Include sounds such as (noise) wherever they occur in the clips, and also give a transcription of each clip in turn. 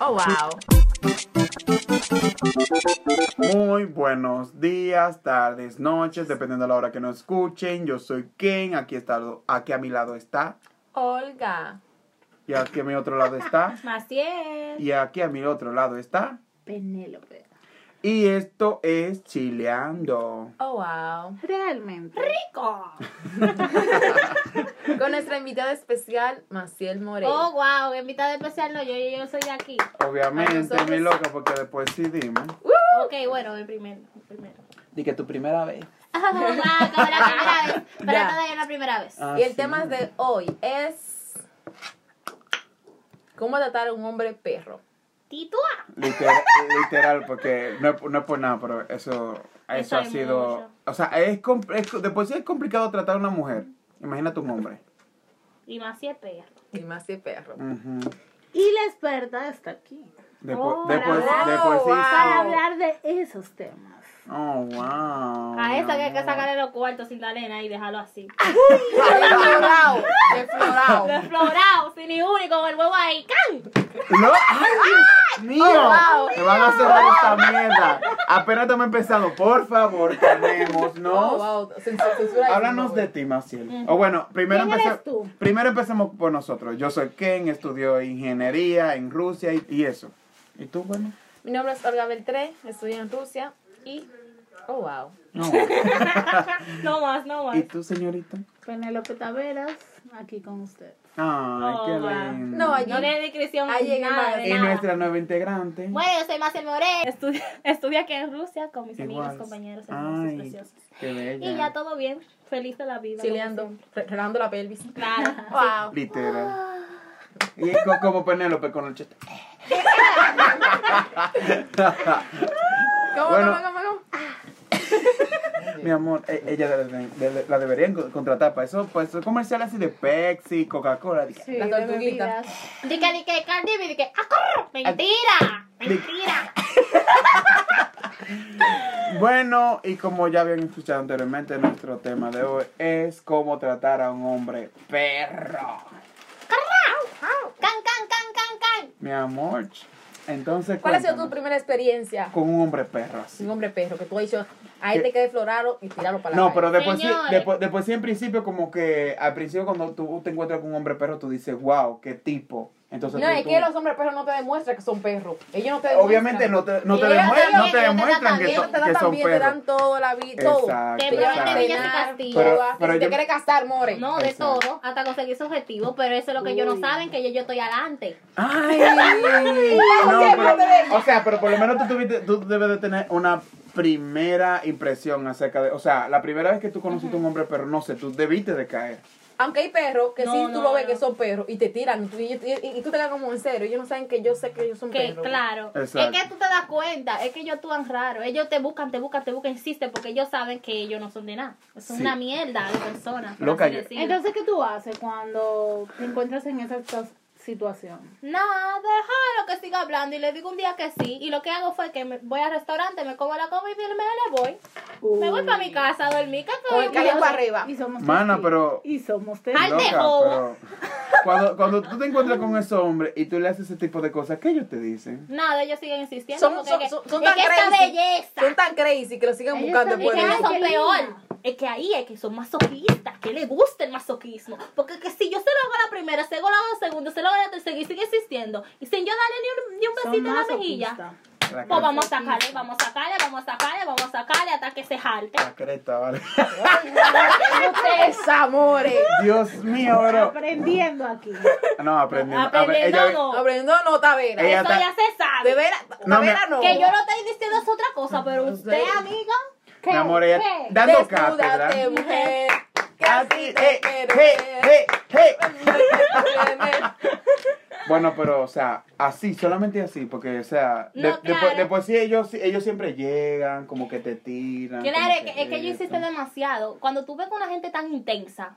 Oh, wow. Muy buenos días, tardes, noches, dependiendo de la hora que nos escuchen. Yo soy Ken, aquí, está, aquí a mi lado está, Olga. y aquí a mi otro (laughs) lado está, Maciel. y aquí a mi otro lado está. Penélope. Y esto es Chileando. Oh, wow. Realmente. rico. Con nuestra invitada especial, Maciel Moreno. Oh, wow, invitada especial no, yo, yo, yo soy de aquí. Ay, Obviamente, nosotros- mi loca, porque después sí dime. Ok, bueno, el primero. El primero. Di que tu primera (laughs) vez. Oh, wow, como la primera vez. (laughs) Pero Ya. todavía la primera vez. Ah, y el sí. tema de hoy es... ¿Cómo tratar a un hombre perro? Titua. Literal, literal, porque no, es- no es por nada, pero eso, eso Eso ha hay sido... mucho. O sea, es, compl- es- de por sí es complicado tratar a una mujer. Imagínate un hombre. Y más si es perro. Y Maciel (laughs) perro. Ujú. Y la experta está aquí De Oh, por, de por- bravo. de por sí. Wow. sí. para hablar de esos temas. Oh, wow. A eso Ah, que hay que mi amor. sacarle los cuartos sin la nena y dejarlo así. Ah. Desflorado. Desflorado. Desflorado, sin ni uno y con el huevo ahí. (laughs) ¡Can! No, ay, Dios mío. Oh, wow. Me van a cerrar esta mierda. Apenas estamos empezando. Por favor, calmémonos. Oh, wow. Cens- censura eso, Háblanos por de favor. ti, Maciel. O bueno, primero, ¿Quién empeza- eres tú? primero empecemos por nosotros. Yo soy Ken, estudió ingeniería en Rusia y, y eso. ¿Y tú, bueno? Mi nombre es Olga Beltré, estudié en Rusia y... Oh, wow. No. No más, no (laughs) más. ¿Y tú, señorita? Penélope Taveras, aquí con usted. Ay, Oh, qué wow. lindo. No, ay- No le dé descripción Ahí llegué nada, más. de y nada. nuestra nueva integrante. Bueno, yo soy Maciel Moreno. Estudio, estudio aquí en Rusia con mis amigos, Igual. compañeros, hermosos, Ay, preciosos. qué bella. Y ya todo bien, feliz de la vida. Chileando, re- relajando la pelvis. Ah. Claro. Wow. Literal. Y es co- como Penélope con el chete. ¿Cómo, Bueno. cómo, cómo, cómo? (laughs) Mi amor, e- ella la, deben- la deberían co- contratar para eso, para esos comerciales así de Pepsi, Coca-Cola. dije, Sí, La tortuguita. de bebidas. Di que, di que, Cardi B, di que, ¡ah, corre! ¡Mentira! ¡Mentira! Bueno, y como ya habían escuchado anteriormente, nuestro tema de hoy es cómo tratar a un hombre perro. ¡Can, can, can, can, can! Mi amor, entonces, ¿Cuál ha sido tu cuéntanos, primera experiencia con un hombre perro así? sin hombre perro? Que tú has dicho, ahí te quedé florado y tirarlo para la No, pero calle. después sí, Señores. después, después sí, en principio, como que al principio cuando tú te encuentras con un hombre perro, tú dices, wow, qué tipo. Entonces, No, tú- es tú- que los hombres perros no te demuestran que son perros. Ellos no te demuestran. Obviamente no te, no te, Y ellos demue- también, no te ellos te demuestran tratan que, bien, Ellos son, te que dan son también, te perros. dan todo, la vida, todo. Exacto, te llevan a exacto. cenar, Ellas se castigan. todo, Pero- así, pero si te yo- quieres casar, more. No, de Exacto. todo, hasta conseguir su objetivo, pero eso es lo que ellos no Uy. saben, que yo, yo estoy adelante. (laughs) Ay, No, (laughs) no, siempre pero, o sea, pero por lo menos tú, tuviste- tú debes de tener una primera impresión acerca de, o sea, la primera vez que tú conociste a un hombre perro, no sé, tú debiste de caer. Aunque hay perros que No, sí tú no, lo ves no. que son perros y te tiran. Y, tú- y- y- y tú te quedas como en serio. Ellos no saben que yo sé que ellos son Que, perros. claro, Exacto. es que tú te das cuenta, es que ellos actúan raro, ellos te buscan, te buscan, te buscan, insisten, porque ellos saben que ellos no son de nada, son Sí. una mierda de personas. por Loca, así yo- decirlo. Entonces, ¿qué tú haces cuando te encuentras en esa situa- situación? Nada, déjalo que siga hablando y le digo un día que sí. Y lo que hago fue que me voy al restaurante, me como la comida y me le voy. Me voy para mi casa a dormir. ¿qué Con el coño? calle Y- para arriba. Y somos Mana, testigos. pero- Y somos Ay, testigos. te jodo. cuando, cuando tú te encuentras con ese hombre y tú le haces ese tipo de cosas, ¿qué ellos te dicen? Nada, ellos siguen insistiendo. Son, porque son, es son- que- son es tan que esta crazy. belleza. Son tan crazy que lo siguen Ellos buscando también por Es Ay, que eso. son qué peor. linda. Es que ahí es que son masoquistas, que les gusta el masoquismo. Porque que si yo se lo hago a la primera, se lo hago a la segunda, se lo hago a la tercera y sigue existiendo. Y sin yo darle ni un, ni un Son besito en la mejilla. masoquistas. La, Pues cre- vamos a sacarle, vamos a sacarle, vamos a sacarle, vamos a sacarle hasta que se jalte. la creta, vale. (laughs) Ustedes, amores. Dios mío, bro. Aprendiendo aquí. No, aprendiendo. Aprendiendo, Apre- no. Abriendo no, Tavera. Ella Eso ta- ya se sabe. De veras, No, Tavera me- no. Que yo lo estoy diciendo es otra cosa, pero No usted, sé. amiga, mi amor, ella ¿Qué? dando cátedra. Desnúdate, mujer. Que así Así, te eh, quiero eh, ver. eh, eh. (laughs) Tener. Bueno, pero, o sea, así, solamente así, porque, o sea, de, No, de por- claro. de por sí ellos, ellos siempre llegan, como que te tiran. claro, como es que, es que ellos esto. insisten demasiado. Cuando tú ves con una gente tan intensa,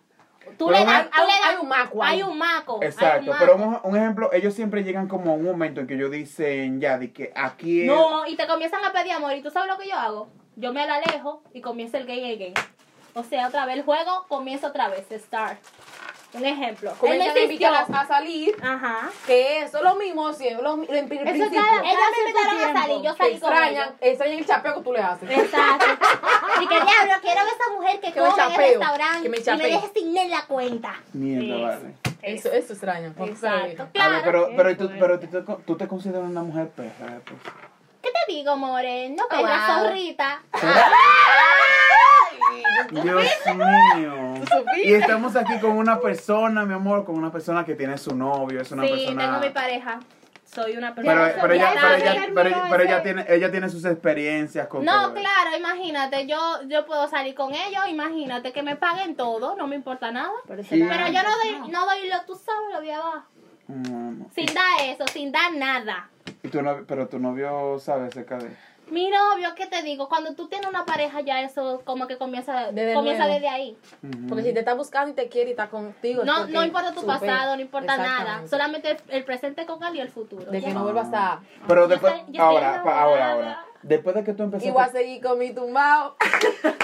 tú Pero le un- das, tú hay- le das- hay un maco ahí. Hay un maco. hay un Exacto, maco. pero un, un ejemplo, ellos siempre llegan como a un momento en que ellos dicen, ya, de que aquí es... No, y te comienzan a pedir amor. ¿Y tú sabes lo que yo hago? Yo me la alejo y comienza el gay, gay, gay. O sea, otra vez el juego comienza otra vez. Start. Un ejemplo. Él no Comienzan a insistió. invitarlas a salir, Ajá. que eso es lo mismo siempre, lo, lo- en Eso principio. cada- Te Ellos Cada me invitaron cierto a salir, yo tiempo. salí con ellos. extrañan, extrañan el chapeo que tú le haces. Exacto. Y que diablo, quiero a esa mujer que, Que me come en el chapeo, restaurante que me y me chapeo. deje sin en la cuenta. Mierda, vale. Eso, eso extraña. Exacto. A Claro. ver, pero, qué pero, ¿y tú, fuerte. pero tú, te, con- tú te consideras una mujer perra. pues? ¿Qué te digo, Moreno? Que Oh, una wow. zorrita. Dios mío. supiste? Y estamos aquí con una persona, mi amor, con una persona que tiene su novio, es una persona. pareja. Soy una Pero, Pero pero ella, ya pero, nadie ella, pero, terminó pero ella ese- tiene, ella tiene sus experiencias con No, todo eso. claro, imagínate, yo yo puedo salir con ellos, imagínate que me paguen todo, no me importa nada. Pero, Sí. Pero yo no doy, no doy lo, tú sabes, lo de abajo. Mm, Sin dar eso, sin dar nada. y tu novio- pero tu novio sabe acerca de. Mi novio, ¿qué te digo? Cuando tú tienes una pareja ya eso como que comienza Desde comienza nuevo. desde ahí. Ujú. Porque si te está buscando y te quiere y está contigo. es No, porque no importa tu supera. pasado, no importa nada. Exactamente. Solamente el, el presente con él y el futuro. De que Ya. no vuelvas a. Pero Yo después, estoy- yo estoy ahora, pa- ahora, enamorada. ahora. Después de que tú empezaste. Y voy a seguir con mi tumbao.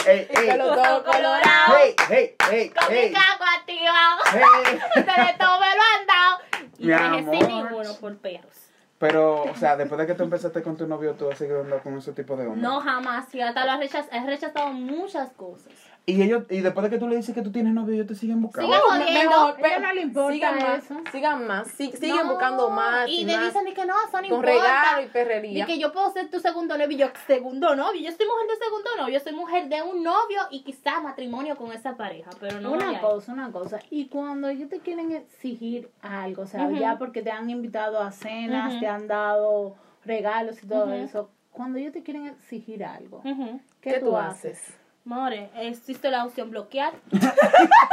Ey, Y ey, con los dos colorados. hey, hey, hey, Con hey, mi caco activado. hey. (laughs) Ustedes todos me lo han dado. Y Mi dejé amor. sin ninguno por perros. Pero, o sea, después de que tú empezaste con tu novio, tú has seguido andando con ese tipo de hombres. No, jamás. Yo hasta lo he rechaz- he rechazado, muchas cosas. Y ellos, y después de que tú le dices que tú tienes novio, ellos te siguen buscando. Sigan Mejor, jodiendo. pero ella no le importa sigan eso. más. Sigan más. si- siguen No, buscando más. Y más. me dicen de que no, son Con importa. regalo y perrería. De que yo puedo ser tu segundo novio. Y Yo, segundo novio. Yo soy mujer de segundo novio. Yo soy mujer de un novio y quizá matrimonio con esa pareja. Pero no. de Una ahí. cosa, una cosa. Y cuando ellos te quieren exigir algo, o sea, Ujú. ya porque te han invitado a cenas, Ujú. te han dado regalos y todo Ujú. eso, cuando ellos te quieren exigir algo, Ujú. ¿qué, tú, haces? More, existe la opción bloquear.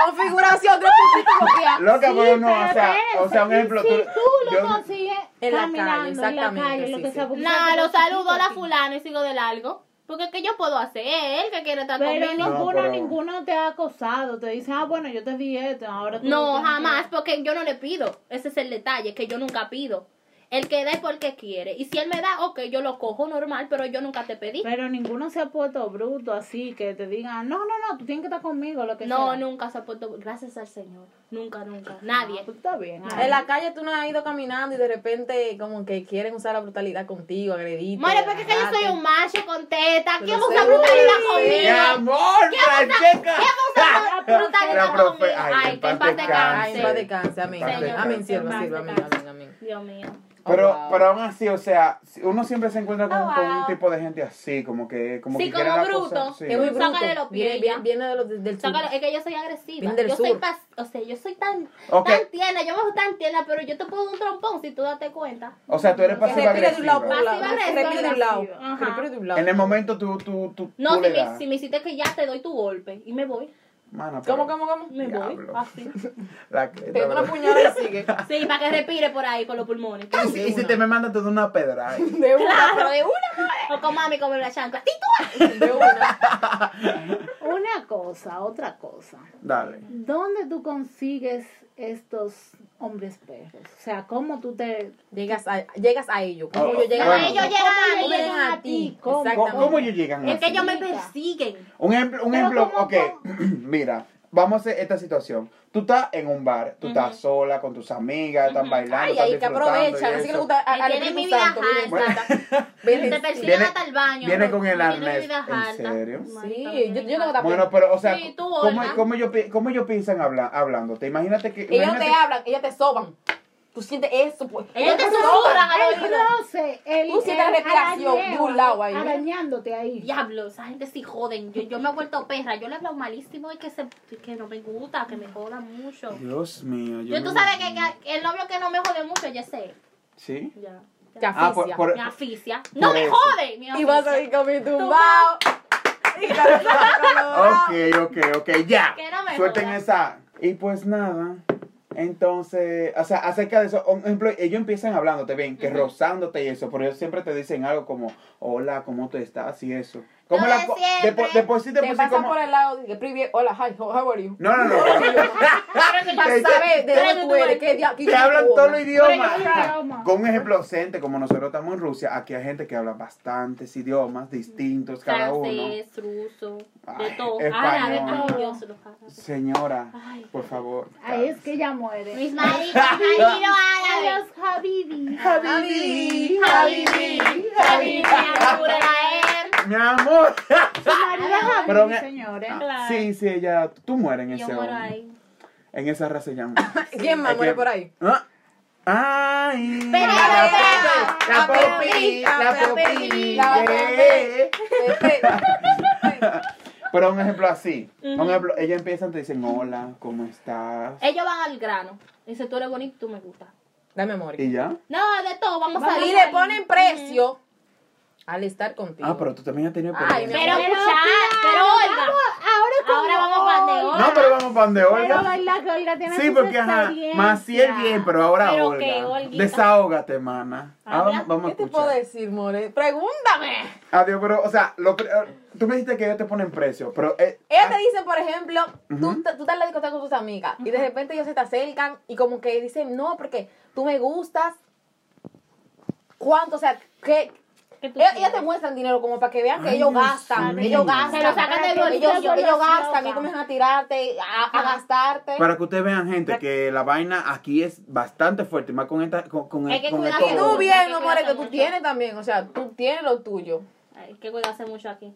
Configuración de puntitos bloqueados. Loca, pero no, o pero sea, espérate, o sea, un si- ejemplo, Si tú, tú lo yo- (laughs) consigues En la caminando, calle, en la exactamente, calle, lo sí, que sí. sea. porque Nada, tú lo eres saludo a chiquito la aquí. fulana y sigo de largo. Porque ¿qué yo puedo hacer? Es él que quiere estar Pero conmigo. No, ninguno, pero- ninguno te ha acosado, te dice, ah, bueno, yo te di esto, ahora tú No, tienes que- jamás, porque yo no le pido. Ese es el detalle, que yo nunca pido. El que da es porque quiere. Y si él me da, ok, yo lo cojo normal, pero yo nunca te pedí. Pero ninguno se ha puesto bruto así, que te digan, no, no, no, tú tienes que estar conmigo, lo que No, sea. nunca se ha puesto. Gracias al Señor. Nunca, nunca. Nadie. Pues está bien. ahí. En la calle tú no has ido caminando y de repente como que quieren usar la brutalidad contigo, agredirte. More, porque es que yo agarrarte. soy un macho con teta. ¿Quién Pero usa seguro, brutalidad sí. Mi conmigo? amor, Francesca. ¿Quién usa brutalidad (laughs) La profe- conmigo? ay, Ay, en que en paz paz Ay, en paz descanse. descanse, amén. En paz Amén, descanse. amén, sierva, En sierva, amén, paz amén, amén. Dios mío. Pero, Oh, wow. pero aún así, o sea, si- uno siempre se encuentra con, Oh, con un wow. tipo de gente así, como que, como Sí, que como quiere la bruto. cosa- sí. Es muy bruto. Sácale los pies viene, ya. viene, viene de los, del sur. Sácalo, es que yo soy agresiva. Viene del yo soy sur. pas- o sea, yo soy tan, Ok. tan tierna, yo me gusta tan tierna, pero yo te puedo dar un trompón si tú date cuenta. O sea, tú eres Que pasiva respire de un lado, por agresiva. un lado, Pasiva agresiva, respire de un lado, agresiva. Ajá. respire de un lado. En el momento tú, tú, tú, No, tú si le me, das. si me hiciste que ya te doy tu golpe y me voy. Mana, pero- ¿Cómo, cómo, cómo? Me Diablo. voy. Así. La- Te doy la- una puñalada y sigue. Sí, para que respire por ahí con los pulmones. (laughs) Y si- Ah, y si te me mandan, te doy una pedra. ay. De una, Claro, de una. O con mami como la chancla. ¡Ti, tú! de una. Una cosa, otra cosa. Dale. ¿Dónde tú consigues estos hombres perros? O sea, ¿cómo tú te... Llegas a, llegas a ellos. ¿Cómo Oh, yo llego bueno. a ellos? Ellos llegan a ¿Cómo mí, llegan a ti? ¿Cómo? ¿Cómo, Exactamente. cómo ellos llegan Es que así? ellos me persiguen. Un ejemplo, un Pero ejemplo ¿cómo, ok, (clears throat) mira, vamos a hacer esta situación. Tú estás en un bar, tú estás sola con tus amigas, están bailando, Ay, están ahí que disfrutando y aprovechan. Así que le eso. gusta a- Que al tienen mi Espíritu vida Santo. miren, alta. (laughs) miren, Te sí, persiguen Viene- hasta el baño. viene con el Tienen mi arnés. vida ¿En alta. serio? Sí, yo, yo tengo tapón. Bueno, pero, o sea, Sí, tú, ¿cómo, Olga. cómo ellos, pi- cómo ellos piensan habla, hablándote? Imagínate que... Ellas no imagínate- te hablan, ellas te soban. Tú sientes eso, pues. Ellos te soban. susurran al El oído. roce, el... Tú sientes el respiración de arañeo, un lado ahí, ¿eh? Arañándote ahí. Diablo, esa gente sí joden. Yo, yo me he vuelto perra. Yo le he hablado malísimo y que, se, que no me gusta, que me joda mucho. Dios mío. Yo, tú me sabes que, imagino. que el novio que no me jode mucho, ya sé. ¿Sí? Ya. Te Ah, por, asfixia. por- Me asfixia. ¡No Por me eso. jode! Me Y vas asfixia. a ir con mi tumbao. (laughs) Y con el colorado. Ok, ok, ok, ya. Que no me Suelten jodan. esa. Y pues nada. Entonces, o sea, acerca de eso, un ejemplo, ellos empiezan hablándote bien, que rozándote y eso, pero ellos siempre te dicen algo como, hola, ¿cómo tú estás? Y eso. Como Lo de co- siempre. de por- de por sí, de Te por sí pasa (laughs) como- (laughs) por el lado. y que, "Privie- Hola, hi, how how are you? No, no, no. Pero para saber de dónde tú eres, qué dia- qué Te hablan idioma. todos los Pero yo idiomas. idioma. Con un ejemplo ausente, como nosotros estamos en Rusia, aquí hay gente que habla bastantes idiomas distintos cada uno. Francés, ruso, de Ay, todo. español. Árabe, ay Dios, los árabes. Señora, Ay. por favor. Ahí Ah, es que ya muere. Mis maridos, (laughs) marido árabe. (laughs) los Habibi. Habibi, Habibi, Habibi, Abdul Gaer. Mi amor. María Pero Habibi, me- señores. Ah, Sí, sí, ella. Tú mueres en Yo ese muero hombre. ahí. En esa raza llama. ¿Quién más Es muere que- por (laughs) ahí? Ah. Ay. Pero, la pero, pero, popi, pero, la pero, popi, pero, la pero, popi. Este, Pero un ejemplo así. Un ejemplo, ellos empiezan, te dicen hola, ¿cómo estás? Ellos van al grano. Dice, tú eres bonito, tú me gustas. Dame amor. ¿Y ya? No, de todo, vamos Y a salir. le ponen precio al estar contigo. Ah, pero tú también has tenido Ay, mi experiencia. Pero amor. escuchar, pero Olga. Ahora, como Ahora vamos para hoy. Teo. No, pero vamos para donde Pero Olga. baila que Olga tiene Sí, sus porque ajá, experiencias. Maciel bien, pero ahora Pero Olga. que Olguita. Desahógate, mana. Ah, Habla. vamos, vamos a ¿Qué te escuchar. puedo decir, More? Pregúntame. Adiós, pero, o sea, lo pri- eh, tú me dijiste que ellos te ponen precio, pero... eh, Ellas ah, te dicen, por ejemplo, Ujú. tú, te- tú estás en la discoteca con tus amigas y de repente ellos se te acercan y como que dicen, no, porque tú me gustas. ¿Cuánto? O sea, que Que tú ellas, quieres. te muestran dinero como para que vean que Ay, ellos Dios gastan, mío. ellos gastan. Se lo sacan del bolsillo ellos, por ellos los gastan locos. y comienzan a tirarte, a, a Ajá. gastarte. Para que ustedes vean, gente, que la vaina aquí es bastante fuerte, más con esta... Con, con, Hay que con cuidar y esto- tú bien, Hay que More, que tú mucho. tienes también, o sea, tú tienes lo tuyo. Ay, que cuidarse mucho aquí.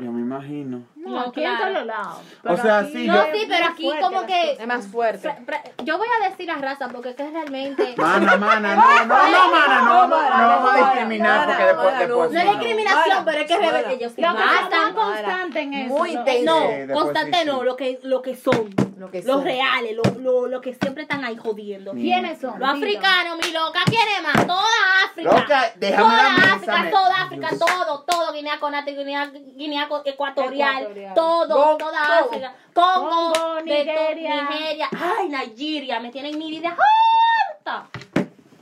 Yo me imagino. No, No, aquí en claro. todos lados. O sea, sí, No, yo- sí, pero aquí como Es que... más fuerte. fra- fra- Yo voy a decir la raza porque es (laughs) que realmente... Mana, mana, no, no, no, mana, no, vamos- no vamos a Mana, discriminar porque después... mana, después No no. es discriminación, Mala, pero es que mala. rebe- ellos sí Lo que Basta, son gastan. tan constante en eso. Muy ¿no? intenso. No, Sí, después constante sí, sí. no, lo que, lo que son. Lo que los son. reales, los lo, lo que siempre están ahí jodiendo. Ni- ¿Quiénes son? Los Dilo. africanos, mi loca, ¿quién es más? Toda África. Loca, déjame toda la mesa, África, me- toda África, Dios. todo, todo. Guinea Conakry, Guinea, Guinea Co- Ecuatorial, Ecuatorial. todo, Congo, toda África. Congo, Congo, de to- Nigeria. Nigeria. Ay, Nigeria, me tienen mi vida harta.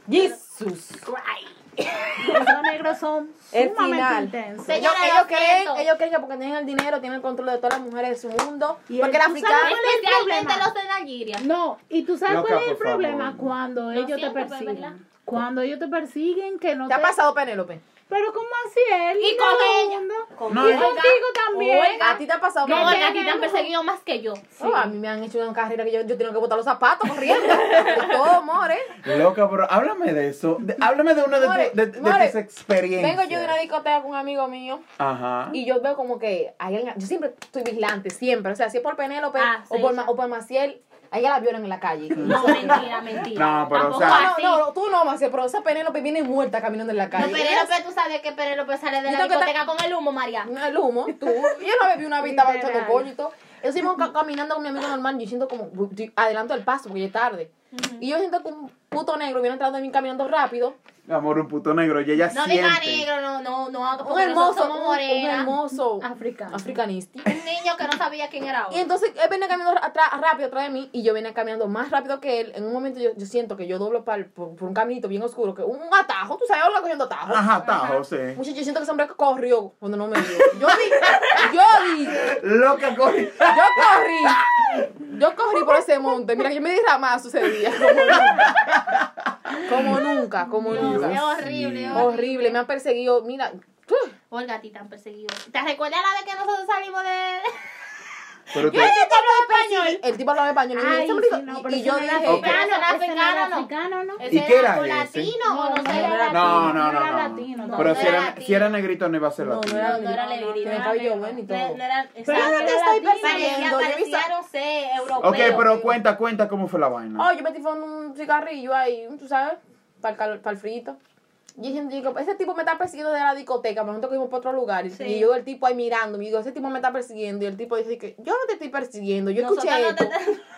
Jesús. Cry. Los negros son El sumamente final. intensos. Se- Ellos, Señora, ellos lo creen, siento. ellos creen que porque tienen el dinero tienen el control de todas las mujeres de su mundo. Y Porque la el- ¿tú sabes africana. cuál es el Especialmente problema? los de Nigeria. No, y tú sabes Loca, cuál es el por favor. problema cuando ellos te siento, pero es verdad. persiguen. Cuando ellos te persiguen, que no ¿Te te. ha pasado, Penélope? Pero como así él. Y con ella. Con Y ella. contigo también. ¿A ti te ha pasado, No, Penélope? Olga, aquí te han perseguido más que (laughs) yo. Oh, a mí me han hecho una carrera que yo, yo tengo que botar los zapatos (laughs) corriendo. De todo, amor, ¿eh? Loca, pero háblame de eso. De- háblame de una de, tu- More, de- de more. tus experiencias. Vengo yo de una discoteca con un amigo mío Ajá. y yo veo como que hay alguien- yo siempre estoy vigilante, siempre. O sea, si es por Penélope Ah, o, sí, por, sí. Ma- o por Maciel, a ella la violan en la calle. No, mentira, Ah, mentira. No, pero, o Tampoco sea- No, así. no, no, tú no, Maciel, pero esa Penélope viene muerta caminando en la No, calle. Penélope, tú sabes que Penélope sale de Yo la tengo que discoteca con el humo, María. No, el humo, tú. Yo no bebí una vista Literal. echando pollo y todo. Yo sigo ca- caminando con mi amigo normal, yo siento como bu- yo adelanto el paso porque ya es tarde. Y yo siento que un puto negro viene atrás de mí caminando rápido. Amor, un puto negro. Y ella No siente. diga negro, no, no, no, porque Un nosotros hermoso, somos un, un morenas. hermoso Africano. africanista. Un niño que no sabía quién era Y otro. entonces él venía caminando ra- atrás, rápido atrás de mí y yo venía caminando más rápido que él. En un momento yo, yo siento que yo doblo pa'l- por, por un caminito bien oscuro, que un atajo, tú sabes, habla cogiendo atajos. Ajá, tajo, sí. Muchachos, yo siento que ese hombre corrió cuando no me vio. Yo vi, yo vi. Loca, corre. Yo corrí. Yo corrí por ese monte. Mira, yo me derramaba ese día. Como nunca. Como Dios, nunca. Como es nunca. horrible, mío. Dios. Horrible. Me han perseguido. Mira. ¡uh! Olga, a ti te han perseguido. ¿Te recuerdas la vez que nosotros salimos de...? (laughs) Pero tú. El tipo hablaba español. El tipo hablaba español. Y, Ay, ese hombre dijo- sí, no, y- pero y yo ese no era dije. Ok. africano, ese no era africano, no. africano, ¿no? ¿Ese ¿Y qué era con ese? latino o No, no no sé? era era No, no, no, latino? No era no. latino, no. no. Pero No si era era, latino. si era negrito, no iba a ser No, latino. no era No, no era negrito. Tiene no cabello era bueno y negro. todo. No, no era- Pero yo no te estoy Parecía- persiguiendo, yo vi Parecía, esa- no sé, europeo. ok, pero sí. cuenta, cuenta cómo fue la vaina. Oh, yo me tifón un cigarrillo ahí. Tú sabes. Para el, calor, para el frito. Y yo siento, digo, ese tipo me está persiguiendo de la discoteca, me que fuimos para otro lugar. Y- Sí. Y yo el tipo ahí mirando, me digo, ese tipo me está persiguiendo. Y el tipo dice que yo no te estoy persiguiendo, yo Nosotras escuché no te- (laughs) esto. (laughs)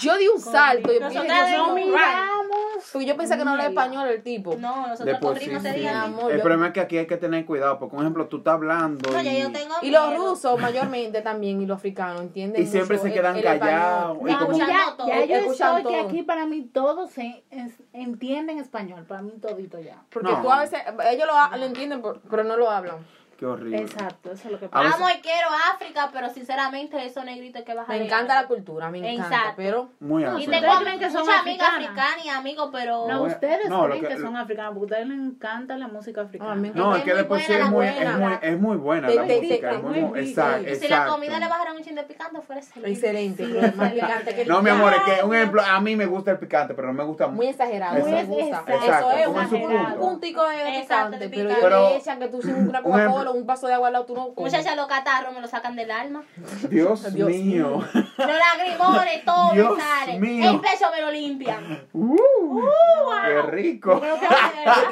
Yo di un salto. Yo, Nosotras yo- yo- dimos no, No un mira, miramos. porque yo pensé que no hablaba español el tipo. No, nosotros Después sí, corrimos sí. ese día. Mi amor, El yo- problema es que aquí hay que tener cuidado. Porque, por ejemplo, tú estás hablando. No, ya y... yo tengo Y los miedo. rusos mayormente también, y los africanos, ¿entienden? Y siempre mucho se quedan el- el español. callados. y No, como- ya- Ya, todo, ya yo escuchan estoy que todo. aquí para mí todos se es- entienden español, para mí todito ya. Porque No. tú a veces, ellos lo, ha- lo entienden, por- pero no lo hablan. Qué horrible. Exacto, eso es lo que A pasa. veces- Amo y quiero África, pero sinceramente esos negritos que vas a Me ver- encanta la cultura, me encanta. Exacto. Pero Muy No, alto. Y Ustedes tengo creen que son muchas amigas africanas. africanas y amigos, pero. No, Bueno, ustedes no, lo que- creen que, son africanos, porque a ustedes les encanta la música africana. Ah, me encanta. No, Porque es es que muy después sí buena es la muy, buena. es muy, es muy buena la Te- te- música. te- es muy, muy bu- rica. exacto, y si la exacto. comida le bajaran un chin de picante, fuera excelente. excelente, Sí, pero es más sí. picante que el No, mi diablo. amor, es que un ejemplo, a mí me gusta el picante, pero no me gusta Muy mucho. exagerado, Muy me gusta. exacto, Eso es como en un, su un punto. puntico de Exacto, picante, de pero picante. ya Pero- le echan que tú sin una un ejemplo- Coca-Cola o un vaso de agua al lado, tú no comes. Muchachas, los catarros me lo sacan del alma. Dios, Dios mío. Los (laughs) lagrimones, todo Dios me sale. mío. El pecho me lo limpian. Uh, (laughs) ¡Qué rico! Creo que,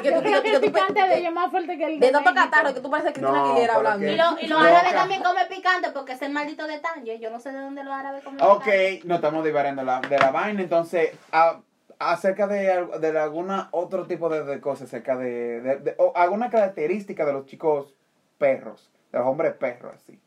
yo creo que el que tú- picante de ellos es más fuerte que el De tanto México. catarro que tú pareces Cristina No, Aguilera pero hablando. que- Y, lo- y los Loca. árabes también comen picante porque es el maldito detalle. Yo no sé de dónde los árabes comen Ok, picante. no estamos divariando la- de la vaina, entonces, a- acerca de, al- de alguna otro tipo de, de cosas, acerca de, de- de- o alguna característica de los chicos perros, de los hombres perros, así.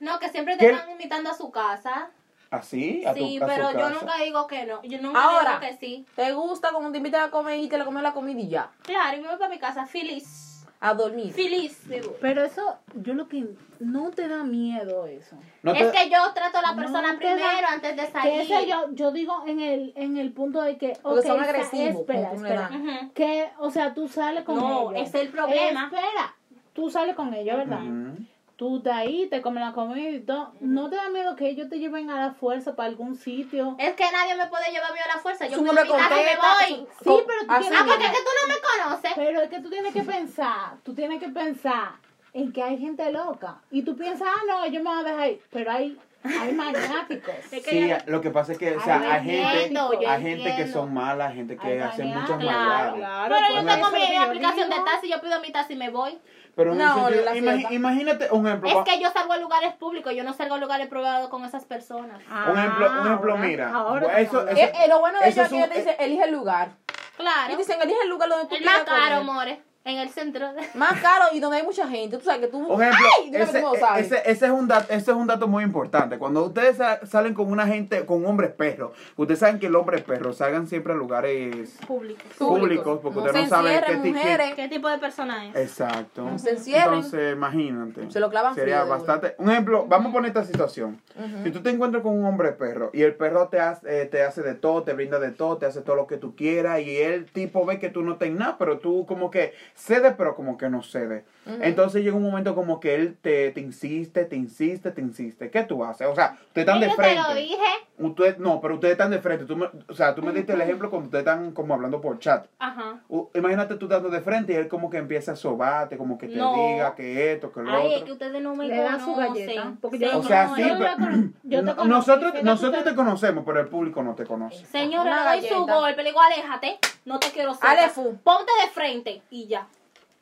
No, que siempre te ¿Qué? están invitando a su casa. ¿Así? A tu- sí, a su pero yo casa. nunca digo que no. Yo nunca Ahora. digo que sí. Te gusta como te invitan a comer y te la comes la comida y ya. Claro, y me voy para mi casa feliz. A dormir. Feliz. me voy. Pero eso, yo lo que. No te da miedo eso. No te- es que yo trato a la No persona te primero da- antes de Que salir. ese yo, yo digo en el, en el punto de que. Porque ok, son esa- agresivos, Espera, punto, no le espera. dan. Ujú. Que, o sea, tú sales con No, ellos. es el problema. Espera, tú sales con ellos, ¿verdad? Ujú. Tú de ahí te comes la comida y todo. ¿No te da miedo que ellos te lleven a la fuerza para algún sitio? Es que nadie me puede llevar mío a la fuerza. Yo Tú me no voy a me mi casa y me contestas, voy. tú- Sí, tú- pero tú así Ah, porque es mismo. que tú no me conoces. Pero es que tú tienes que pensar, tú tienes que pensar en que hay gente loca. Y tú piensas, ah, no, yo me voy a dejar ir. Pero hay, hay magnáticos. Es que Sí, yo- lo que pasa es que, o sea, Ay, hay yo gente, entiendo, yo hay gente que entiendo. son malas, gente Ay, que hace mañana, muchas claro, maldades. claro, Pero yo pues, eso tengo es lo mi que yo aplicación de digo. taxi, yo pido mi taxi y me voy. Pero en No, un sentido, la imagi- cierta. imagínate un ejemplo. Es va- que yo salgo a lugares públicos, yo no salgo a lugares privados con esas personas. un ejemplo, un ejemplo mira. pues eso, eso, eso- Eh, eh, lo bueno de eso ellos es es que ellos un- te dicen, elige el lugar. Claro. Y dicen, elige el lugar donde tú El más quieras comer. caro, more. En el centro. de- (laughs) Más caro y donde hay mucha gente. Tú sabes que tú... Por ejemplo, ¡Ay! Dime que ese, eh, tú no sabes. ese- ese es un dato, ese es un dato muy importante. Cuando ustedes sa- salen con una gente, con hombres perros, ustedes saben que el hombre perro salgan siempre a lugares Público. públicos, porque no ustedes se no saben qué encierren, etiqueta- mujeres. ¿Qué tipo de persona es? Exacto. No se encierren. Entonces, imagínate. Se lo clavan frío Sería de una. bastante. Un ejemplo, vamos a poner esta situación. Si tú te encuentras con un hombre perro y el perro te hace, eh, te hace de todo, te brinda de todo, te hace todo lo que tú quieras y el tipo ve que tú no tenés nada, pero tú como que cedes, pero como que no cedes. Entonces llega un momento como que él te, te insiste, te insiste, te insiste. ¿Qué tú haces? O sea, ustedes están de Yo te lo frente. dije. Ustedes, no, pero ustedes están de frente. Tú me- o sea, tú me diste el ejemplo cuando ustedes están como hablando por chat. Ajá. U- Imagínate tú dando de frente y él como que empieza a sobarte, como que te No. diga que esto, que lo Ay, es que otro. ustedes no me Le da su galleta, conocen. porque Señores. yo- O sea, sí, Yo pero- la (clears throat) con- yo te No- conocí, nosotros pero nosotros tú te- te conocemos, pero el público no te conoce. Señor, le Una doy su galleta. golpe. Le digo, aléjate. No te quiero cerca. Alefu. Ponte de frente. Y ya.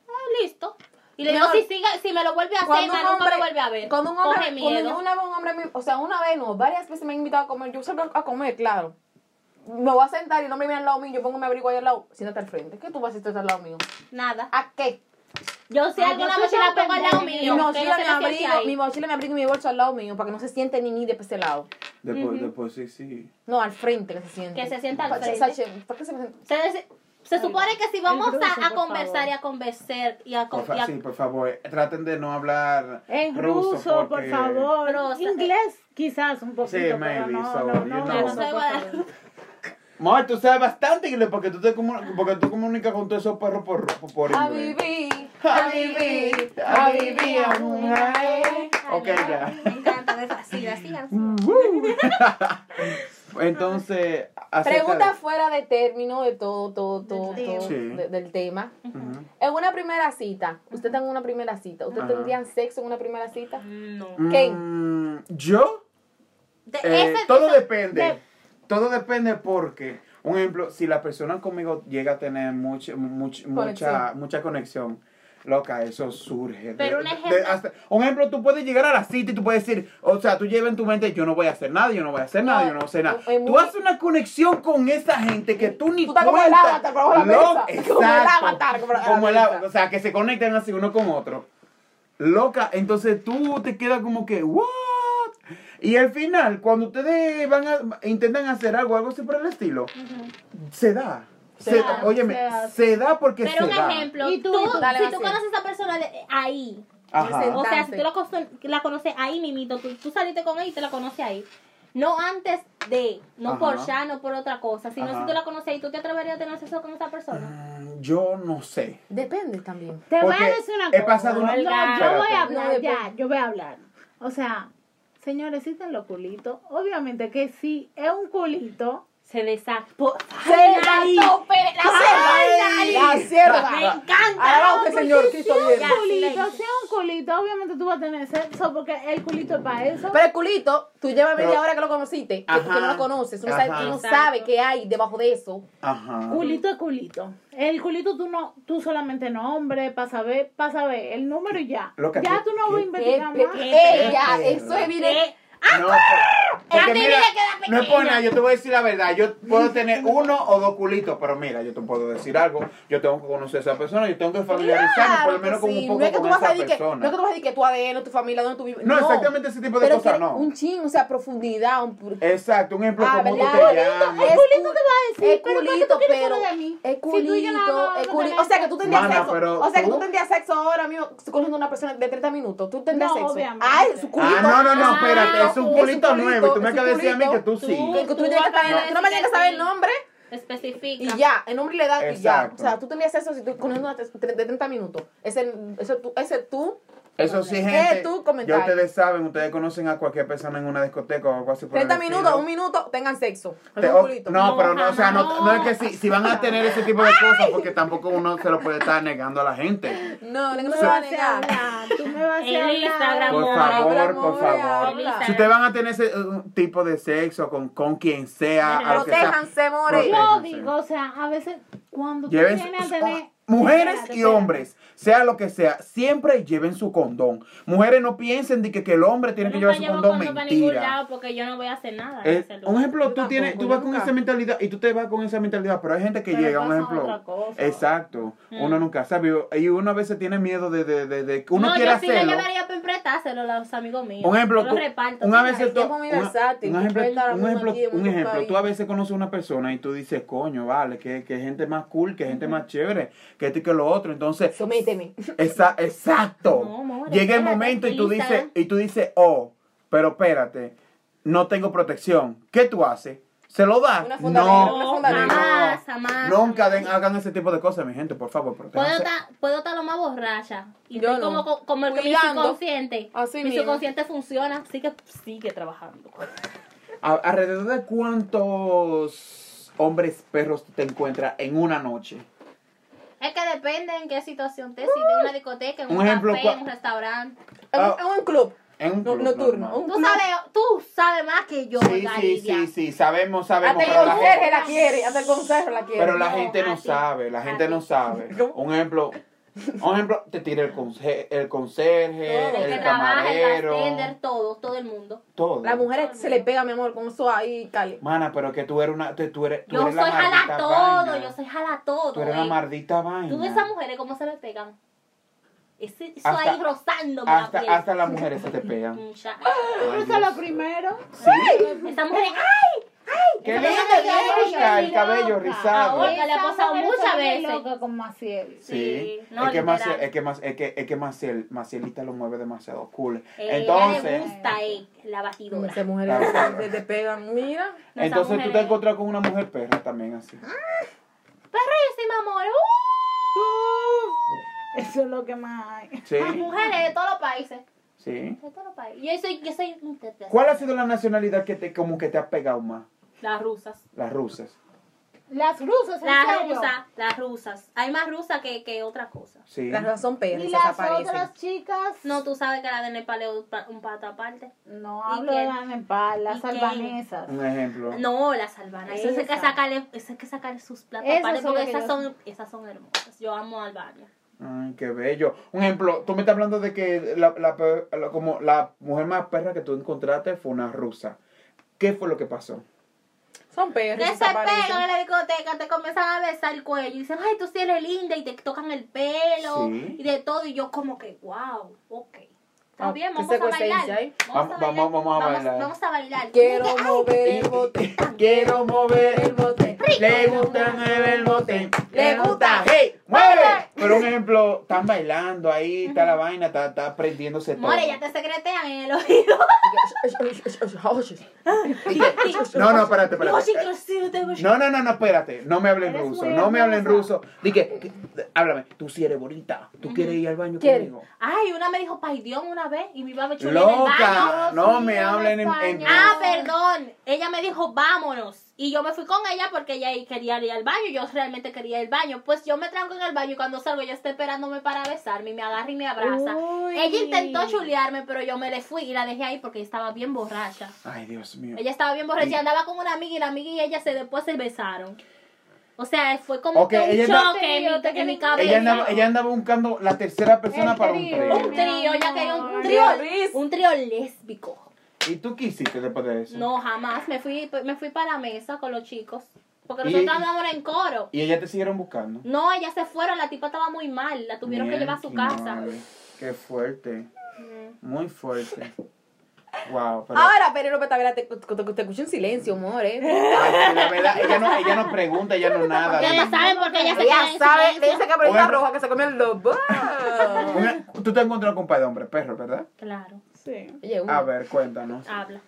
Ah, listo. Y le Mi digo, amor, si, sigue, si me lo vuelve a hacer, Cuando más un nunca hombre, me vuelve a ver. cuando un Coge hombre, miedo. cuando una vez un hombre, me- o sea, una vez no, varias veces me han invitado a comer, yo salgo a comer, claro. Me voy a sentar y el hombre viene al lado mío, yo pongo mi abrigo ahí al lado, siéntate al frente. ¿Qué tú vas a estar al lado mío? Nada. ¿A qué? Yo si Ah, alguna yo vez soy la tan pongo al lado pendeja. Mi mío. que mochila, no se mi me siente abrigo, ahí. mi mochila, mi abrigo y mi bolso al lado mío, para que no se siente ni ni de ese lado. Después, después sí, sí. No, al frente que se siente. Que se sienta al Pa- frente. sa- sa- ¿Para qué se me- Se, se- se supone que si vamos El ruso, a, a por conversar favor. y a conversar y a, Por con- fa- y a- sí, por favor, eh, traten de no hablar En ruso, por porque- favor. Ruso. Inglés, quizás un poquito. pero maybe, no, so, no, you no, know. ruso, Yo soy por guada- favor. Amor, tú sabes bastante inglés porque tú, te comu- porque tú comunicas con todos esos perros por, por, por A inglés. vivir, (laughs) eh. A vivir, a vivir, a mujer. Ok, ya. Me encanta, me fascina, sigan. (laughs) Entonces, acerca Pregunta de- fuera de término de todo, todo, todo, Del todo, tema. Sí. de- del tema. Ujú. En una primera cita, usted tenga una primera cita, ¿usted Ajá. tendrían sexo en una primera cita? No. ¿Qué? Mm, ¿Yo? De- Eh, ese- todo eso- depende. de- Todo depende porque, un ejemplo, si la persona conmigo llega a tener mucha, mucha, mucha, Conexión. mucha conexión, loca, eso surge. de- Pero un de- ejemplo- hasta- un ejemplo, tú puedes llegar a la cita y tú puedes decir, o sea, tú llevas en tu mente, yo no voy a hacer nada, yo no voy a hacer nada, No, yo no sé nada. es muy- Tú haces una conexión con esa gente que tú ni Tú estás como el cuenta. avatar, como la Loca, mesa. Como el exacto. avatar, como la- Como el la av- mesa. O sea, que se conectan así uno con otro. Loca, entonces tú te quedas como que, ¿what? Y al final, cuando ustedes van a, intentan hacer algo, algo así por el estilo, se da. Se, Se da, da, óyeme, se se da, da. porque Pero se un da. ejemplo, Y tú, tú, y tú, dale, si Maciel. tú conoces a esa persona de- ahí, Ajá. O sea, si tú Dante. la, cono- la conoces ahí, mimito, tú, tú saliste con ella y te la conoces ahí. No antes de, no Ajá. por ya, no por otra cosa, sino Ajá. si tú la conoces ahí, ¿tú te atreverías a tener sexo con esa persona? Mm, Yo no sé. Depende también. Te voy Porque a decir una he cosa. pasado una- No, yo Espérate. voy a No, hablar, de- ya, yo voy a hablar. O sea, señores, sí están los culitos. Obviamente que sí, es un culito. Se desactó. Ay, La sierva. Me encanta. Alabado que el Señor Si Cristo viene. es Ya, un culito, silencio. si es un culito, obviamente tú vas a tener sexo porque el culito es para eso. Pero el culito, tú llevas media Pero- hora que lo conociste, que, Ajá. que no lo conoces, tú no sabes, Ajá. tú no Exacto. sabes qué hay debajo de eso. Ajá. Culito es culito. El culito tú no, tú solamente nombre, para saber, para saber el número y ya. Loca, ya ¿qué- tú no vas a qué- investigar Eh, más. pe- qué ella, perra. eso es evidente. ¿Qué? No, ¡Ah! por- porque te vi mira, de quedar no es por pequeña. nada, yo te voy a decir la verdad. Yo puedo tener uno o dos culitos, pero mira, yo te puedo decir algo. Yo tengo que conocer a esa persona, yo tengo que familiarizarme por lo Claro menos que con sí. un poco no es que con tú vas a esa decir que, no es que persona. tú vas a decir que tu ADN, tu familia, donde tú vives. No, exactamente ese tipo de Pero cosas, quiere no. Un ching, o sea, profundidad. Un... pur- Exacto, un ejemplo Ah, como tú ¿verdad? te Culito, llamas. es- El culito te va a Es decir, pero ¿para qué culito, tú quieres pero. saber de mí? Es Si tú y yo culito, nada más es vamos a culito. tener O sea, que tú tendrías Mana, sexo. pero O sea, que tú- tú tendrías sexo ahora mismo conociendo a una persona de 30 minutos. Tú tendrías No, sexo. obviamente. Ay, su culito. Ah, no, no, no, espérate, es un es culito nuevo. Y tú es me un acabas de decir a mí que culito. tú sí. Que, que tú, Tú tienes que vas a saber, tú no me tienes que saber el nombre Especifica. y ya, el nombre y la edad y ya. Exacto. O sea, tú tendrías sexo si tú conociendo a una de 30 minutos. Ese, ese, tú- ese tú Eso sí, Eh, gente. tú, ya comentario. ustedes saben, ustedes conocen a cualquier persona en una discoteca o algo así. por el 30 estilo. minutos, un minuto, tengan sexo. Te- Algún o- culito. no, No, pero no, o sea, no, jamás. no es que si, si van a tener ese tipo de cosas, porque tampoco uno se lo puede estar negando a la gente. No, no, Tú no me se va a vas a negar. hablar, tú me vas a El hablar. Instagram. Por Amor, favor, amor, por favor. habla. Si ustedes van a tener ese eh, un tipo de sexo con, con quien sea, a lo que sea, Protéjanse, more. Prote- Yo Protéjanse. digo, o sea, a veces cuando tú lleven vienes a tener... mujeres Espérate, y espérate. hombres, sea lo que sea, siempre lleven su condón. Mujeres no piensen de que, que el hombre tiene que Yo nunca llevar su llevo condón, cuando para ningún mentira. lado porque yo no voy a hacer nada. en Eh, ese lugar. un ejemplo, Yo tú tienes, tampoco, tú yo vas con nunca. esa mentalidad y tú te vas con esa mentalidad, pero hay gente que Pero llega, un pasa ejemplo. otra cosa. Exacto, Mm. uno nunca sabe y uno a veces tiene miedo de, de, de, de que uno no, quiera yo sí le hacerlo. llevaría para empretárselo a los amigos míos. Un ejemplo, Yo tú, los reparto. una tú vez sabes. tú- Es muy una- versátil, un tú ejemplo, puedes dar un mismo ejemplo, aquí en un muchos ejemplo, tú países. a veces conoces a una persona y tú dices, coño, vale, que, que gente más cool, que gente más chévere, que esto y que lo otro, entonces, Sométeme. esa- exacto, No, amor, llega el espérate, momento y tú dices, Instagram. y tú dices, oh, pero espérate, no tengo protección, ¿qué tú haces? ¿Se lo das? Una funda negra, una No, funda no. negra. Jamás, jamás, nunca jamás. den- hagan ese tipo de cosas, mi gente, por favor, Puedo protéjanse. estar, puedo estar lo más borracha. Y Yo estoy no. como, como el que mi Cuidando. subconsciente. Así mi mismo. subconsciente funciona, así que sigue trabajando. A- ¿Alrededor de cuántos hombres perros tú te encuentras en una noche? Es que depende en qué situación te si en una discoteca, en Un un, ejemplo, café, cua- en un restaurante. En Ah. un- en un club En un no- club nocturno. normal. Un Tú club. sabes, tú sabes más que yo, Sí, Olga sí, Lidia. sí, sí, sabemos, sabemos. Hasta el Pero la, gente, conserje la quiere, hasta el conserje la quiere. pero la No, gente no a ti, sabe, la a gente ti. no (laughs) sabe. ¿Cómo? Un ejemplo, un ejemplo, te tira el, conse- el conserje, Todo, El que el trabaja, el camarero, bartender, todo, todo el mundo. todo. Las mujeres se le pega, mi amor, con eso ahí, cali. Mana, pero que tú eres una, te- tú eres, tú Yo eres la soy jala maldita todo, vaina. yo soy jala todo. Tú eres la ey. mardita vaina. Tú ves a mujeres cómo se le pegan. Ese, eso Hasta- ahí rozándome hasta, la piel. hasta las mujeres se te pegan. Mucha. ¡Ah! Ay, Eso es lo Dios. primero. Esa mujer, ¡ay! ¡Qué Esa linda mujer que es es Olga! El loca. cabello rizado. Ahora- Olga le ha Esa pasado mujer muchas se vuelve veces. loca con Maciel. Sí, Sí, no, es, que Maciel, literal. es que Mac- es que es que Maciel, Macielita lo mueve demasiado cool. Eh, ella le entonces, gusta eh, la batidora. Esas mujeres se- se te pegan, mira. No, esa entonces mujer ¿eh? tú te es- encuentras con una mujer perra también así. Perrísima, amor. ¡Uh! Eso es lo que más hay. Sí. Las mujeres de todos los países. Sí. eh, De todos los países. Yo soy, yo soy ¿Cuál ha sido la nacionalidad que te como que te ha pegado más? las rusas. Las rusas. Las rusas, en Las serio. rusas, las rusas. Hay más rusas que, que otra cosa. Sí. Las razón Y perras, las aparecen. otras chicas. No, tú sabes que la de Nepal es un pa- un pato aparte. No ¿Y hablo quién? de las Nepal, ¿Y las quién? albanesas. Un ejemplo. No, las albanas. Eso es que Esa. sacarle, eso hay que sacarle sus platos Esas aparte, son porque las que esas yo- son, esas son hermosas. Yo amo a Albania. Ay, qué bello. Un ejemplo, tú me estás hablando de que la, la pe- la- como la mujer más perra que tú encontraste fue una rusa. ¿Qué fé lo que pasó? Son Que perros. se pegan en la discoteca, te comienzan a besar el cuello y dicen, ay, tú sí eres linda y te tocan el pelo Sí. y de todo. Y yo como que, wow, ok. Ah, Está bien, que vamos seco a bailar. esencia, ¿eh? Vamos, a Vamos- bailar. vamos- vamos a bailar. Vamos a bailar. Quiero Y dije, "Ay, mover el bote. Quiero mover El bote. Le gusta mover el bote. Le gusta. ¡Hey! ¡Mueve! Pero un ejemplo, están bailando ahí, está la vaina, está, está prendiéndose todo. More, ya te secretean en el oído. (laughs) (laughs) No, no, espérate, Yo sí espérate. que sí, yo tengo- No, no, no, no, espérate. No me hablen Eres ruso, muy no me hablen hermosa. ruso. Dije, que- háblame, tú sí eres bonita, tú quieres ir al baño ¿Quieres? conmigo. Ay, una me dijo paidión una vez y mi mamá me echó en el baño. Loca, no sí, me en hablen en, en España. Ah, perdón. Ella me dijo, vámonos. Y yo me fui con ella porque ella ahí quería ir al baño. Yo realmente quería ir al baño. Pues yo me tranco en el baño y cuando salgo ella está esperándome para besarme y me agarra y me abraza. Uy. Ella intentó chulearme, pero yo me le fui y la dejé ahí porque estaba bien borracha. Ay, Dios mío. Ella estaba bien borracha y andaba con una amiga y la amiga y ella se después se besaron. O sea, fue como Ok, que un ella andaba- choque en mi, en mi cabeza. Ella andaba, ella andaba buscando la tercera persona El para un trío. trío. Un trío, ella quería un Ay, trío, Luis. un trío lésbico. ¿Y tú qué hiciste después de eso? No, jamás. Me fui, me fui para la mesa con los chicos. Porque Y- nosotros andábamos en coro. Y ellas te siguieron buscando. No, ellas se fueron. La tipa estaba muy mal. La tuvieron que llevar a su casa. Mierda, Qué fuerte. Muy fuerte. Wow, pero. Ahora, pero no, Tavera, te, te, te escucho en silencio, amor, ¿eh? Ay, pero la verdad, ella no, ella no pregunta, ella no nada. Ya dime. no saben porque ellas se quedan Ella en sabe, le dice silencio. que Cabrita Bueno. Roja que se comió el lobo. Una- Tú te encuentras con un par de hombres, perro, ¿verdad? Claro, Sí. Oye, A uno. ver, cuéntanos. habla.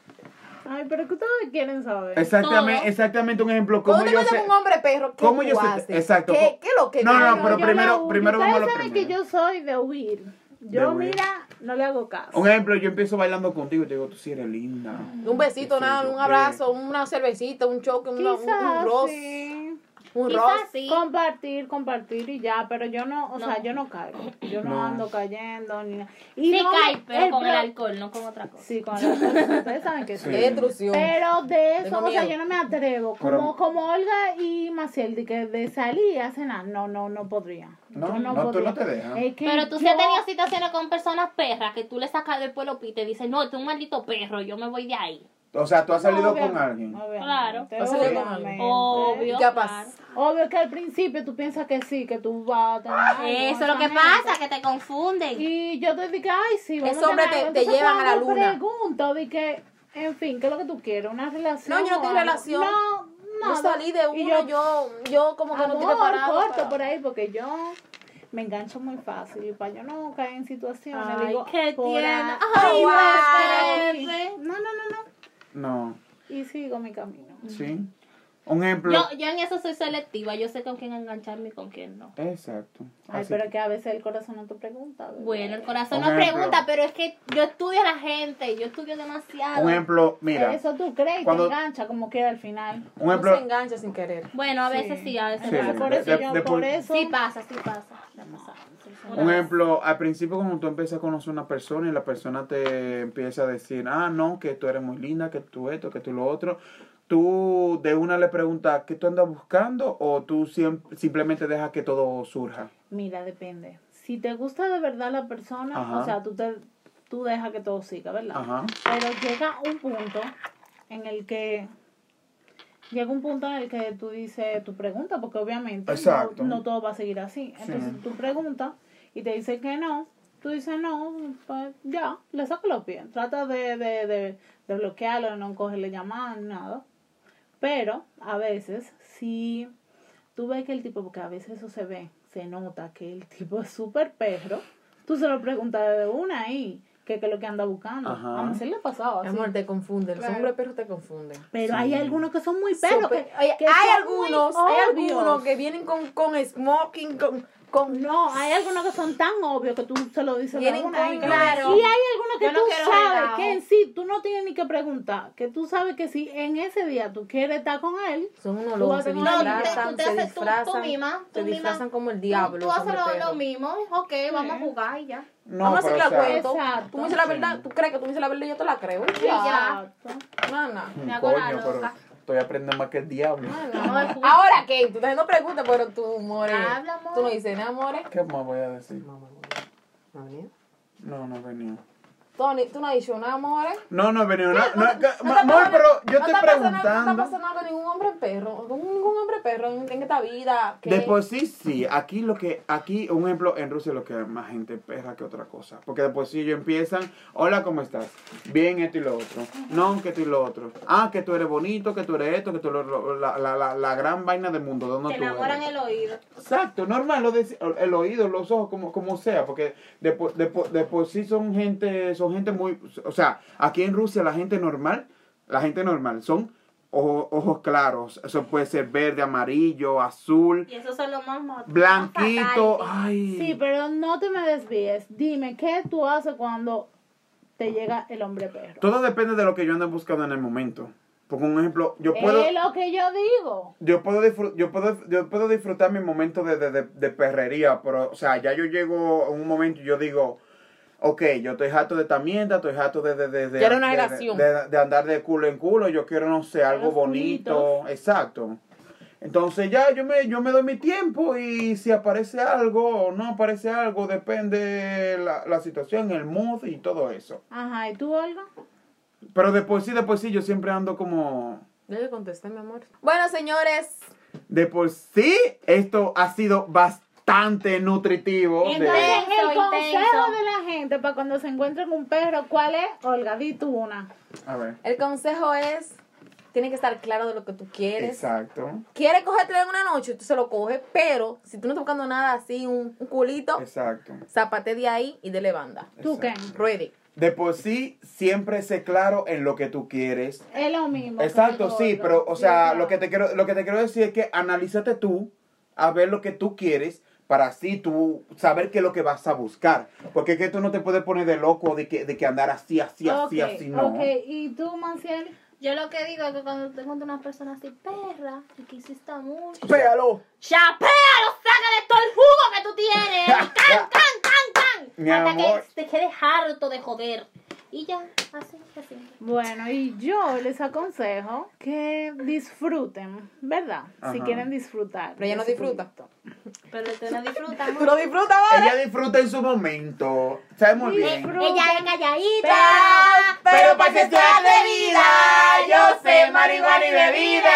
Ay, pero que ustedes quieren saber. Exactamente, Todo. exactamente un ejemplo. ¿Cómo Cuando te yo metes sé? con un hombre perro, ¿qué ¿Cómo tú yo sé- haces? exacto, ¿Qué, co- qué es lo que No, no, pero yo primero- no- primero ustedes vamos a lo saben primero. que yo soy de huir. De Yo, huir. mira, no le hago caso. Un ejemplo, yo empiezo bailando contigo y te digo, tú sí eres linda. Un besito, Qué sé nada, yo, un qué- abrazo, una cervecita, un choque, un, un, un Quizás ros, sí. un ros. Quizás sí. Compartir, compartir y ya, pero yo no, o No. sea, yo no caigo. Yo no, No. ando cayendo ni nada. Y Sí no me- cae, pero con el pro- alcohol, no con otra cosa. Sí, con el alcohol. Ustedes saben que sí. Qué destrucción. Pero de eso, Tengo o sea, miedo. yo no me atrevo. Pero- Como, como Olga y Maciel, de que de salir a cenar, no, no, no podría. No, Yo no, tú no te dejas. Es que Pero tú sí yo- has tenido situaciones con personas perras que tú le sacas del pueblo y te dicen, no, tú un maldito perro, yo me voy de ahí. O sea, tú has salido No, con obviamente, alguien. obviamente, Claro. obviamente. Has salido con alguien. Obvio. Ya claro. pasa. Obvio que al principio tú piensas que sí, que tú vas a tener. algo, Eso es lo que obviamente. pasa, que te confunden. Y yo te dije, ay, sí, vamos Esos hombres a tener te- algo. te llevan a la cuando luna. pregunto, de que, en fin, ¿qué es lo que tú quieres? ¿Una relación? No, yo no o tengo algo? relación. No, Yo no. salí de uno, Y yo, yo, como que no estoy amor, preparado. corto para- por ahí, porque yo me engancho muy fácil. Y para yo no caer en situaciones, Ay, digo, qué Ah, por tierna. aquí, Ay, por guau. aquí. No, no, no, no. No, Y sigo mi camino. sí. Un ejemplo. Yo, yo en eso soy selectiva, yo sé con quién engancharme y con quién no. Exacto. Ay, Así pero que a veces el corazón no te pregunta. ¿verdad? Bueno, el corazón Un no ejemplo. pregunta, pero es que yo estudio a la gente, yo estudio que- demasiado. un ejemplo, mira. Eso tú crees y Cuando- te engancha como queda al final. Un No se ejemplo. engancha sin querer. Bueno, a veces sí, a veces Sí. pasa. Por de- eso de- yo, de- por eso. Sí pasa, sí pasa. Me ha pasado, sí, sí. Un ejemplo, al principio cuando tú empiezas a conocer a una persona y la persona te empieza a decir, ah, no, que tú eres muy linda, que tú esto, que tú lo otro, tú de una le preguntas, ¿qué tú andas buscando? ¿O tú siem- simplemente dejas que todo surja? Mira, depende. Si te gusta de verdad la persona, Ajá. o sea, tú te tú dejas que todo siga, ¿verdad? Ajá. Pero llega un punto en el que llega un punto en el que tú dices tu pregunta, porque obviamente Exacto. no, no todo va a seguir así. Entonces tú preguntas y te dicen que no, tú dices no, pues ya, le saco los pies. Trata de, de, de, de bloquearlo, de no cogerle llamadas, nada. Pero a veces si tú ves que el tipo, porque a veces eso se ve, se nota que el tipo es súper perro, tú se lo preguntas de una ahí, que que es lo que anda buscando. Ajá. A Marcel le ha pasado así. Amor, te confunden. Los Claro. hombres perros te confunden. Sí. Pero hay algunos que son muy perros. Súper- que- Oye, que hay son muy algunos, hay obvios. algunos que vienen con, con smoking, con, con No, hay algunos que son tan obvios que tú se lo dices Vienen de una con- y que- claro. Y hay algunos que Yo no tú quiero sabes relajo. que en sí tú no tienes ni que preguntar. Que tú sabes que si en ese día tú quieres estar con él, Son unos Tú locos, vas a se tener una vida. disfrazan, Tú te se haces- tú- tú disfrazan, misma, se tú misma. disfrazan como el diablo. Tú haces hombre lo, perro. lo mismo, ok, vamos a jugar y ya. No, Vamos a pero, hacer la o sea, cuento. Exacto. Tú me dices la verdad, tú crees que tú me dices la verdad y yo te la creo. Y ya. ya. No, no. Me hago la coño, pero loca. estoy aprendiendo más que el diablo. Ah. No, el jugo- Ahora, ¿qué? Tú estás haciendo preguntas, pero tú, more. Habla, more. Tú no dices nada, more. ¿Qué más voy a decir? Mamá, more. Mamá mía. No, no venía. Tony, tú no has dicho nada, amores. No, no, venido, no, Mira, te- no, que- no ma- te pasa amor, nada- pero no yo estoy te pasa nada- No te preguntando. pasa nada con ningún hombre perro, con ningún hombre perro en, en esta vida. Que... De por sí, sí. Aquí lo que, aquí, un ejemplo, en Rusia lo que hay más gente perra que otra cosa. Porque de por sí ellos empiezan, hola, ¿cómo estás? Bien, esto y lo otro. No, que esto y lo otro. Ah, que tú eres bonito, que tú eres esto, que tú eres lo- la, la, la, la gran vaina del mundo. ¿Dónde Te tú enamoran eres? el oído. Exacto, normal, lo de- el oído, los ojos, como, como sea, porque de, por- de, por- de por sí son gente, son gente muy, o sea, aquí en Rusia la gente normal, la gente normal, son ojo- ojos claros, eso puede ser verde, amarillo, azul, Y esos son los más mot- blanquito, más fatales. ay, Sí, pero no te me desvíes. Dime, ¿qué tú haces cuando te llega el hombre perro? todo depende de lo que yo ando buscando en el momento, porque un ejemplo, yo puedo... Es lo que yo digo. Yo puedo, disfru- yo, puedo, yo puedo disfrutar mi momento de, de, de- de perrería, pero, o sea, ya yo llego a un momento y yo digo, ok, yo estoy harto de esta mierda, estoy harto de, de, de, de, Quiero una de- de- relación. de- de andar de culo en culo, yo quiero, no sé, algo Los bonito, exacto. Entonces ya yo me, yo me doy mi tiempo y si aparece algo o no aparece algo, depende la, la situación, el mood y todo eso. Ajá, ¿y tú, Olga? Pero después sí, después sí, yo siempre ando como... Ya le contesté, mi amor. Bueno, señores. De por sí, esto ha sido bastante nutritivo. de- Entonces- Entonces, el Intenso, consejo intenso. de la gente para cuando se encuentren un perro, ¿cuál es? Olga, di tú una. A ver. El consejo es, tiene que estar claro de lo que tú quieres. Exacto. Quieres cogerte en una noche, tú se lo coges, pero si tú no estás buscando nada así, un, un culito, Exacto. zapate de ahí y dele banda. ¿Tú qué? exacto. Ruede. De por sí, siempre sé claro en lo que tú quieres. Es lo mismo. que Exacto, dijo sí, Olga. pero, o sea, Yo lo que, te creo. quiero, lo que te quiero decir es que analízate tú a ver lo que tú quieres para así tú saber qué es lo que vas a buscar. Porque es que tú no te puedes poner de loco de que, de que andar así, así, así, Ok, así, no. ok. ¿y tú, Manciel? Yo lo que digo es que cuando te encuentras una persona así, perra, y que hiciste mucho, Pégalo. ¡chapéalo! ¡Sácale todo el jugo que (laughs) tú tienes! ¡Can, can, can, can! Mi Hasta amor. que te quedes harto de joder. Y ya, así, así. Bueno, y yo les aconsejo que disfruten, ¿verdad? Si Ajá. quieren disfrutar. Pero ella no de su disfruta. producto. Pero tú (laughs) no disfrutas Tú lo mucho. disfrutas, ¿vale? Ella disfruta en su momento. Sabemos bien. Disfruta. Ella es calladita. Pero- pero pues pa' que sea bebida, yo sé marihuana y bebida.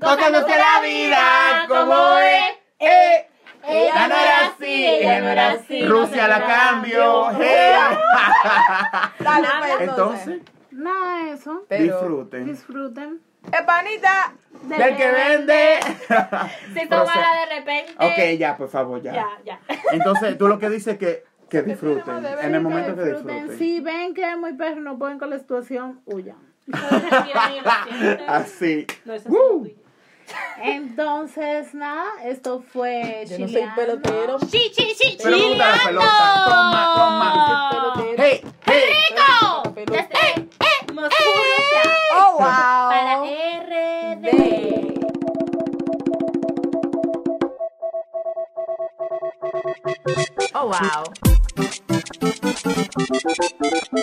Tocándose la vida como es. Eh. Ella no era así, ella no era así. Rusia la cambio. eh. Dale, pues, Entonces, Nada de eso. Pero- disfruten. Disfruten. Eh, Epanita. Del que vende. Se Pero, o sea, tomara de repente. Ok, ya, por favor, ya. Ya, ya. Entonces, tú lo que dices es que, que disfruten. En el momento que disfruten. Si ven que es muy perro no pueden con la situación, huyan. (laughs) Así. No, eso es Woo. tuyo. Entonces, nada, esto fue Yo no soy Chileando. pelotero. Sí, sí, sí, Pero me gusta la chileando. pelota. Toma, Ah. toma. Pelotero. Hey, hey. ¡Rico! Ya está. ¡Eh, eh, Moscurrucia. Oh, wow. Para RD. De- Oh, wow.